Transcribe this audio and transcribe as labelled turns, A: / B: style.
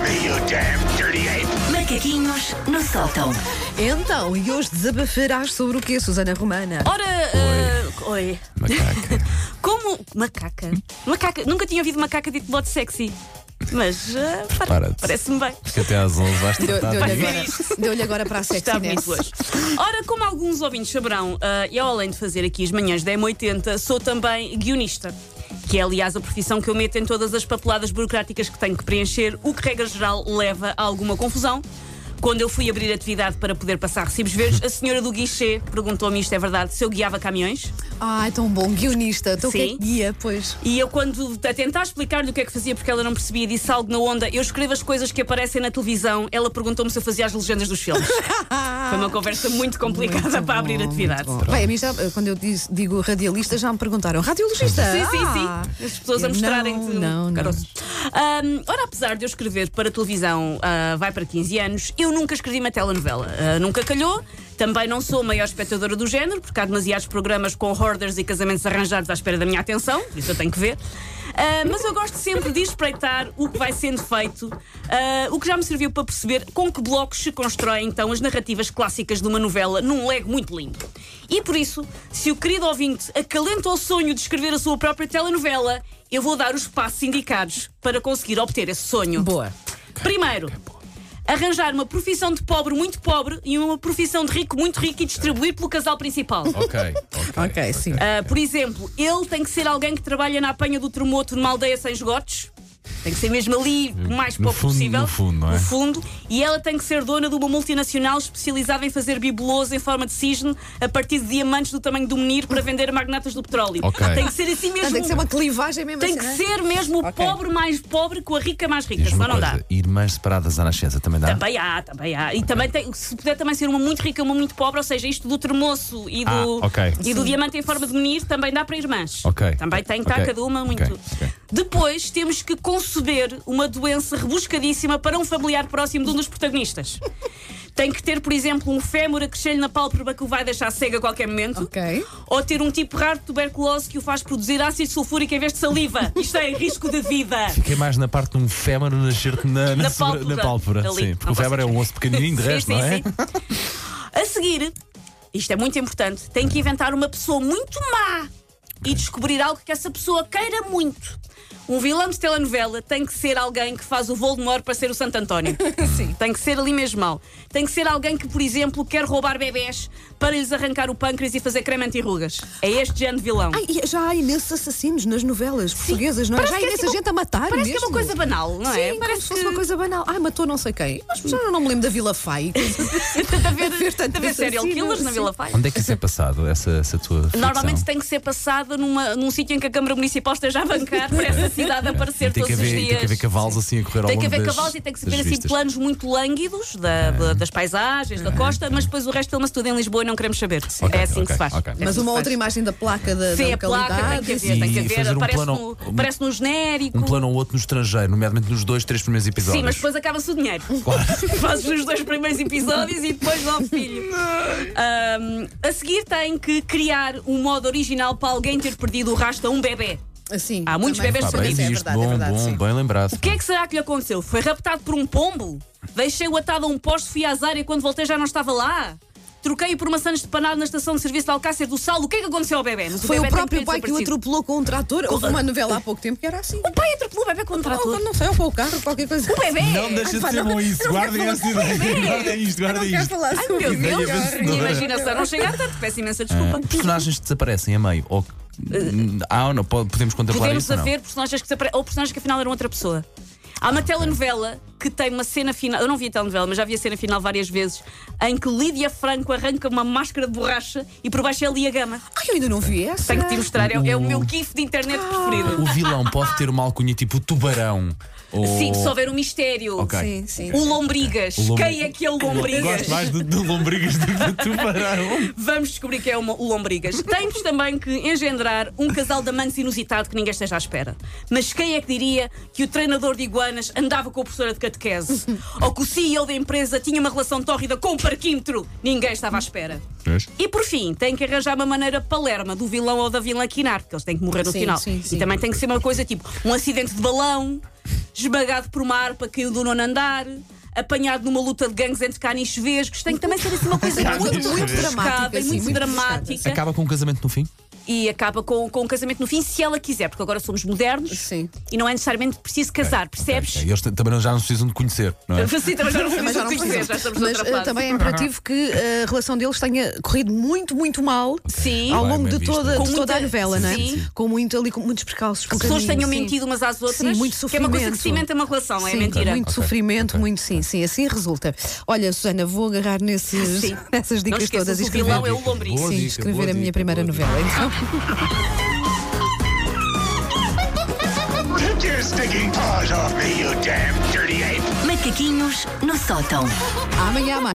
A: me, you damn dirty ape!
B: Macaquinhos no sótão.
C: Então, e hoje desabafarás sobre o quê, Susana Romana?
D: Ora, ah, oi.
E: Macaca.
D: Como. Macaca? Macaca. Nunca tinha ouvido macaca de bote sexy. Mas. ah, pá,
E: Para-te.
D: Parece-me bem.
E: que até às 11 vais
C: Deu-
E: tratar
C: Deu-lhe
E: disso.
C: agora, deu agora para a
D: Está bonito
C: sexiness.
D: hoje. Ora, como alguns ouvintes saberão, ah, eu além de fazer aqui as manhãs da M80, sou também guionista. Que é, aliás, a profissão que eu meto em todas as papeladas burocráticas que tenho que preencher, o que, regra geral, leva a alguma confusão. Quando eu fui abrir atividade para poder passar recibos verdes, a senhora do guichê perguntou-me isto é verdade, se eu guiava caminhões.
C: Ai, tão bom, guionista. Então o que é que
D: Sim.
C: guia, pois?
D: E eu, quando a tentar explicar-lhe o que é que fazia, porque ela não percebia, disse algo na onda: eu escrevo as coisas que aparecem na televisão. Ela perguntou-me se eu fazia as legendas dos filmes. Foi uma conversa muito complicada
C: Muito
D: para
C: bom,
D: abrir atividade.
C: Oh, muito bom. Bem, a mim já, eh, quando eu diz- digo radialista, já me perguntaram. Radiologista?
D: Sim,
C: Ah.
D: sim, sim. As pessoas a
C: Eu
D: mostrarem-te.
C: não, não, não.
D: caroço. Ahm, ora, apesar de eu escrever para televisão, ah, vai para 15 anos, eu nunca escrevi uma telenovela. Ah, nunca calhou. Também não sou a maior espectadora do género, porque há demasiados programas com hoarders e casamentos arranjados à espera da minha atenção. Isso eu tenho que ver. Ah, mas eu gosto sempre de espreitar o que vai sendo feito, ah, o que já me serviu para perceber com que blocos se constroem então as narrativas clássicas de uma novela num lego muito limpo. E por isso, se o querido ouvinte acalenta o sonho de escrever a sua própria telenovela, eu vou dar os passos indicados para conseguir obter esse sonho.
C: Boa.
D: Primeiro, arranjar uma profissão de pobre muito pobre e uma profissão de rico muito rico e distribuir pelo casal principal.
E: Ok, ok.
C: Ok, sim.
D: Ah, por exemplo, ele tem que ser alguém que trabalha na apanha do termoto numa aldeia sem esgotos. Tem que ser mesmo ali o mais
E: Hum, No
D: pouco
E: fundo,
D: possível.
E: no fundo, não é?
D: No fundo. E ela tem que ser dona de uma multinacional especializada em fazer bibelôs em forma de cisne a partir de diamantes do tamanho do menir para vender a magnatas do petróleo.
E: Ok.
D: Tem que ser assim mesmo.
C: Portanto, tem que ser uma clivagem mesmo
D: Tem
C: assim,
D: que
C: não é?
D: ser mesmo o
C: Ok.
D: pobre mais pobre com a rica mais rica,
E: Diz-me
D: senão
E: uma
D: não dá.
E: coisa, Irmãs separadas à nascença também dá?
D: Também há, também há. E também tem, se puder também ser uma muito rica, uma muito pobre, ou seja, isto do termoço e do,
E: Ah, ok.
D: e do diamante em forma de menir também dá para irmãs.
E: Ok.
D: Também tem que estar
E: Ok.
D: cada uma muito.
E: Ok, ok.
D: Depois temos que conceber uma doença rebuscadíssima para um familiar próximo de um dos protagonistas. Tem que ter, por exemplo, um fémur a crescer na pálpebra que o vai deixar cega a qualquer momento.
C: Ok.
D: Ou ter um tipo raro de tuberculose que o faz produzir ácido sulfúrico em vez de saliva. Isto é em risco de vida.
E: Fiquei mais na parte de um fémur nascer-te na, na,
D: Na
E: sobre-
D: pálpebra.
E: na pálpebra.
D: Ali.
E: Sim, porque
D: Não
E: o fémur
D: posso
E: é um osso pequenininho de
D: Sim,
E: resto,
D: sim,
E: não é?
D: sim. A seguir, isto é muito importante, tem que inventar uma pessoa muito má e descobrir algo que essa pessoa queira muito. Um vilão de telenovela tem que ser alguém que faz o Voldemort para ser o Santo António. Sim. Tem que ser ali mesmo mal. Tem que ser alguém que, por exemplo, quer roubar bebés para lhes arrancar o pâncreas e fazer creme anti-rugas. É este género de vilão.
C: Ai, e já há imensos assassinos nas novelas portuguesas, não é?
D: Parece
C: Já há
D: que é
C: imensa
D: tipo-
C: gente a matar
D: Parece que é
C: mesmo.
D: uma coisa banal, não
C: Sim,
D: é?
C: como
D: Parece
C: se fosse uma coisa banal. Ai, matou não sei quem. Mas já não me lembro da Vila Fai.
D: de haver,
C: tanto
D: de haver serial
C: assassino,
D: killers na
C: sim.
D: Vila Paz.
E: Onde é que isso é passado, essa, essa tua ficção?
D: Normalmente tem que ser passada numa- num sítio em que a Câmara Municipal esteja a bancar para essa cidade aparecer
E: tem
D: todos
E: que, haver,
D: os dias.
E: tem que haver cavalos assim a correr ao
D: Tem que
E: longo
D: haver
E: das-
D: cavalos e tem que se
E: das
D: ver assim
E: vistas. Uhum.
D: planos muito lânguidos da- da- das paisagens, da costa, mas depois o resto filma-se tudo em Lisboa e não queremos saber.
E: Ok,
D: é assim que
E: ok,
D: se faz.
E: ok.
D: É assim
C: Mas
D: que se
C: uma outra assim.
D: faz.
C: imagem da placa da,
D: Sim,
C: da
D: a placa tem
C: localidade. é
D: que
C: sim.
D: haver, tem que
E: E
D: haver,
E: fazer um
D: aparece,
E: plano-
D: no,
E: um-
D: aparece no genérico.
E: Um plano ou outro no estrangeiro, nomeadamente nos dois, três primeiros episódios.
D: Sim, mas depois acaba-se o dinheiro. Fazes os dois primeiros episódios e depois dá o filho. Ahm, a seguir tem que criar um modo original para alguém ter perdido o rastro a um bebê.
C: Assim,
D: Há muitos
C: também.
D: bebés
E: Pá,
D: que
C: Sim,
D: são
E: Ah, bem
C: isso
E: visto,
C: é verdade,
E: bom,
C: é verdade,
E: bom,
C: sim.
E: bem lembrado.
D: O que é que será que lhe aconteceu? Foi raptado por um pombo? Deixei-o atado a um poste, fui às áreas e quando voltei já não estava lá? Troquei-o por maçãs de panado na estação de serviço de Alcácer do Sal? O que é que aconteceu ao bebê? Mas
C: Foi o
D: bebé tem
C: próprio
D: ter
C: pai que o
D: desaparecido.
C: atropelou com um trator. Houve uma novela há pouco tempo que era assim.
D: O pai atropelou o bebê com um
C: Ou,
D: trator.
C: não sei, ou com o carro, qualquer coisa.
D: O bebê!
E: Não deixa de ser bom isso, guardem essa ideia. Guardem isto,
C: Não
E: guardem
C: quero
E: isto.
C: falar
D: Ai
C: sobre
D: meu
C: isso.
D: Deus,
E: Ideia
D: minha
E: vencedora.
D: imaginação não chega a tanto. Peço imensa
E: Ah,
D: desculpa.
E: Personagens que desaparecem a meio. Ou... Ah, ou não, po- podemos contemplar
D: Eh, Podemos
E: isso? ou não?
D: haver personagens que desapare- ou personagens que afinal eram outra pessoa. Há uma telenovela que tem uma cena final. Eu não vi a telenovela, mas já vi a cena final várias vezes. Em que Lídia Franco arranca uma máscara de borracha e por baixo é ali a gama.
C: Ai, eu ainda não vi essa.
D: Tenho que te mostrar, é, é o meu gif de internet preferido.
E: O vilão pode ter uma alcunha tipo tubarão. Ou...
D: Sim, se houver um mistério.
E: Ah. Oh. Ok.
C: Sim, sim.
D: O Lombrigas.
E: O Lom-
D: Quem é que é o Lombrigas?
E: Gosto mais de, de lombrigas do que de tubarão.
D: Vamos descobrir quem é o Mo- o Lombrigas. Temos também que engendrar um casal de amantes inusitado que ninguém esteja à espera. Mas quem é que diria que o treinador de iguanas andava com a professora de catequese? Ou que o CEO da empresa tinha uma relação tórrida com o parquímetro? Ninguém estava à espera.
E: Vês?
D: E por fim, tem que arranjar uma maneira palerma do vilão ou da vilã quinar, porque eles têm que morrer no
C: Sim,
D: final.
C: sim, sim.
D: E também tem que ser uma coisa tipo um acidente de balão. esmagado por uma harpa, caiu do nono andar, apanhado numa luta de gangues entre caniches vesgos. Tem que também ser assim uma coisa
C: Muito,
D: muito,
C: é muito
D: muito
C: dramática,
D: dramática. e
C: sim,
D: muito
C: muito
D: dramática.
E: Acaba com um casamento no fim?
D: E acaba com, com o casamento no fim, se ela quiser, porque agora somos modernos
C: Sim.
D: e não é necessariamente preciso casar, percebes?
E: Ok, Eles t- também já nos precisam de conhecer, não é?
D: Sim, também já não
C: Mas já não
D: preciso dizer,
C: precisa.
D: já estamos
C: Mas
D: noutra
C: eh,
D: fase.
C: também é imperativo que eh, a relação deles tenha corrido muito, muito mal
D: Sim.
C: ao
E: Bem,
C: longo
E: bem
C: de
E: visto.
C: toda,
D: Com
C: de toda
D: muita-
C: a novela, não é?
D: Sim, sim.
C: Com muito ali, com muitos percalços.
D: que
C: pelo
D: pessoas
C: caminho,
D: tenham
C: sim.
D: mentido umas às outras.
C: Sim, muito
D: Que é uma coisa que
C: sofrimento.
D: cimenta uma relação, é
C: Sim,
D: mentira.
C: Muito
E: Ok,
C: sofrimento,
E: ok.
C: muito sim, sim, assim resulta. Olha, Susana, vou agarrar nesses,
D: Sim.
C: nessas
D: Não
C: dicas
D: esqueças,
C: todas e
D: o
C: escrever.
D: vilão é o lombriz.
E: Boa
D: Sim,
E: dica,
C: Sim, escrever
E: boa
C: a minha
E: dica,
C: primeira
E: boa dica.
C: novela. Então,
A: Take your stinking paws off me, you damn dirty ape!
B: Macaquinhos no sótão.
C: amanhã há mais.